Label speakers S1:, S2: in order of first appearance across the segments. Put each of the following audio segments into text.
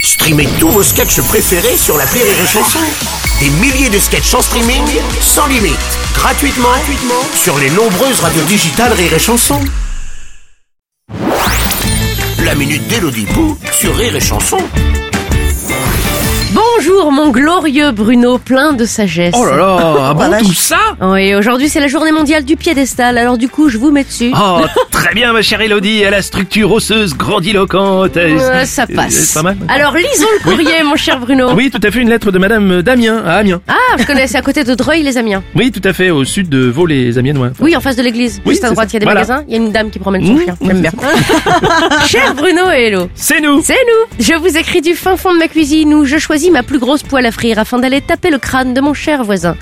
S1: Streamez tous vos sketchs préférés sur la Rire et Chanson. Des milliers de sketchs en streaming, sans limite, gratuitement, gratuitement sur les nombreuses radios digitales Rire et Chanson. La minute d'Elodie Pou sur Rire et Chanson.
S2: Bonjour mon glorieux Bruno, plein de sagesse.
S3: Oh là là, ah bon, tout ça
S2: Oui, aujourd'hui c'est la journée mondiale du piédestal, alors du coup je vous mets dessus.
S3: Oh, très bien ma chère Elodie, à la structure osseuse grandiloquente.
S2: Euh, ça passe.
S3: C'est pas mal.
S2: Alors lisons le courrier mon cher Bruno.
S3: Oui, tout à fait, une lettre de Madame euh, Damien à Amiens.
S2: Ah, je connais, c'est à côté de Dreuil les Amiens.
S3: Oui, tout à fait, au sud de Vaux les Amiennois.
S2: Oui, en face de l'église,
S3: Oui,
S2: juste à
S3: c'est
S2: droite, il
S3: ça.
S2: y a des
S3: Voilà.
S2: magasins, il y a une dame qui promène son
S3: Mmh,
S2: chien, j'aime bien. cher Bruno et Hello.
S3: C'est nous
S2: C'est nous Je vous écris du fin fond de ma cuisine où je choisis ma plus grosse poêle à frire afin d'aller taper le crâne de mon cher voisin.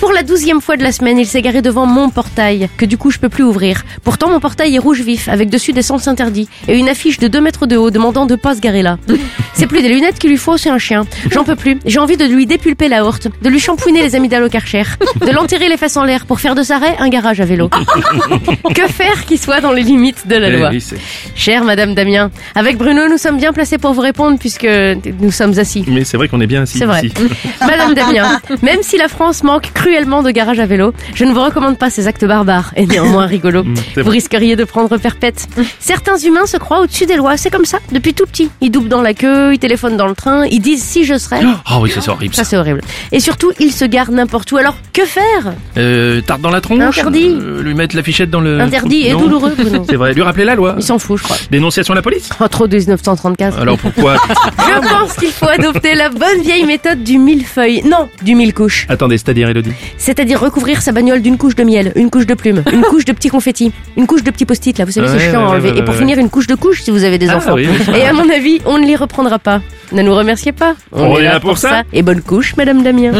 S2: Pour la douzième fois de la semaine, il s'est garé devant mon portail, que du coup je peux plus ouvrir. Pourtant mon portail est rouge vif, avec dessus des sens interdits, et une affiche de 2 mètres de haut demandant de pas se garer là. C'est plus des lunettes qu'il lui faut, c'est un chien. J'en peux plus, j'ai envie de lui dépulper la horte, de lui shampouiner les amygdales au karcher, de l'enterrer les fesses en l'air pour faire de sa raie un garage à vélo. Que faire qu'il soit dans les limites de la
S3: Eh
S2: loi
S3: oui, c'est-
S2: Chère Madame Damien, avec Bruno, nous sommes bien placés pour vous répondre puisque nous sommes assis.
S3: Mais c'est vrai qu'on est bien assis
S2: C'est vrai.
S3: ici.
S2: Madame Damien, même si la France manque cruellement de garages à vélo, je ne vous recommande pas ces actes barbares et néanmoins rigolos.
S3: Mmh, c'est
S2: Vous
S3: vrai.
S2: risqueriez de prendre perpète. Certains humains se croient au-dessus des lois, c'est comme ça, depuis tout petit. Ils doublent dans la queue, ils téléphonent dans le train, ils disent si je serais.
S3: Oh oui, ça c'est horrible
S2: Ça
S3: ça.
S2: c'est horrible. Et surtout, ils se garent n'importe où. Alors que faire
S3: Euh, tarte dans la tronche
S2: Interdit.
S3: euh, Lui mettre la fichette dans le...
S2: Interdit et
S3: Non.
S2: douloureux, Bruno.
S3: C'est vrai, lui rappeler la loi.
S2: Ils s'en foutent, je crois.
S3: Dénonciation à la police
S2: Oh, trop de 1934.
S3: Alors pourquoi
S2: Je pense qu'il faut adopter la bonne vieille méthode du millefeuille. Non, du mille couches.
S3: Attendez, c'est-à-dire Elodie
S2: C'est-à-dire recouvrir sa bagnole d'une couche de miel, une couche de plume, une couche de petits confettis, une couche de petits post-it, là, vous savez, c'est
S3: Ouais,
S2: chiant à
S3: ouais,
S2: enlever.
S3: ouais, ouais,
S2: Et pour
S3: ouais,
S2: finir, une couche de couche si vous avez des
S3: Ah,
S2: enfants.
S3: oui, oui.
S2: Et à mon avis, on ne les reprendra pas. Ne nous remerciez pas.
S3: On est là pour ça.
S2: Et bonne couche, Madame Damien.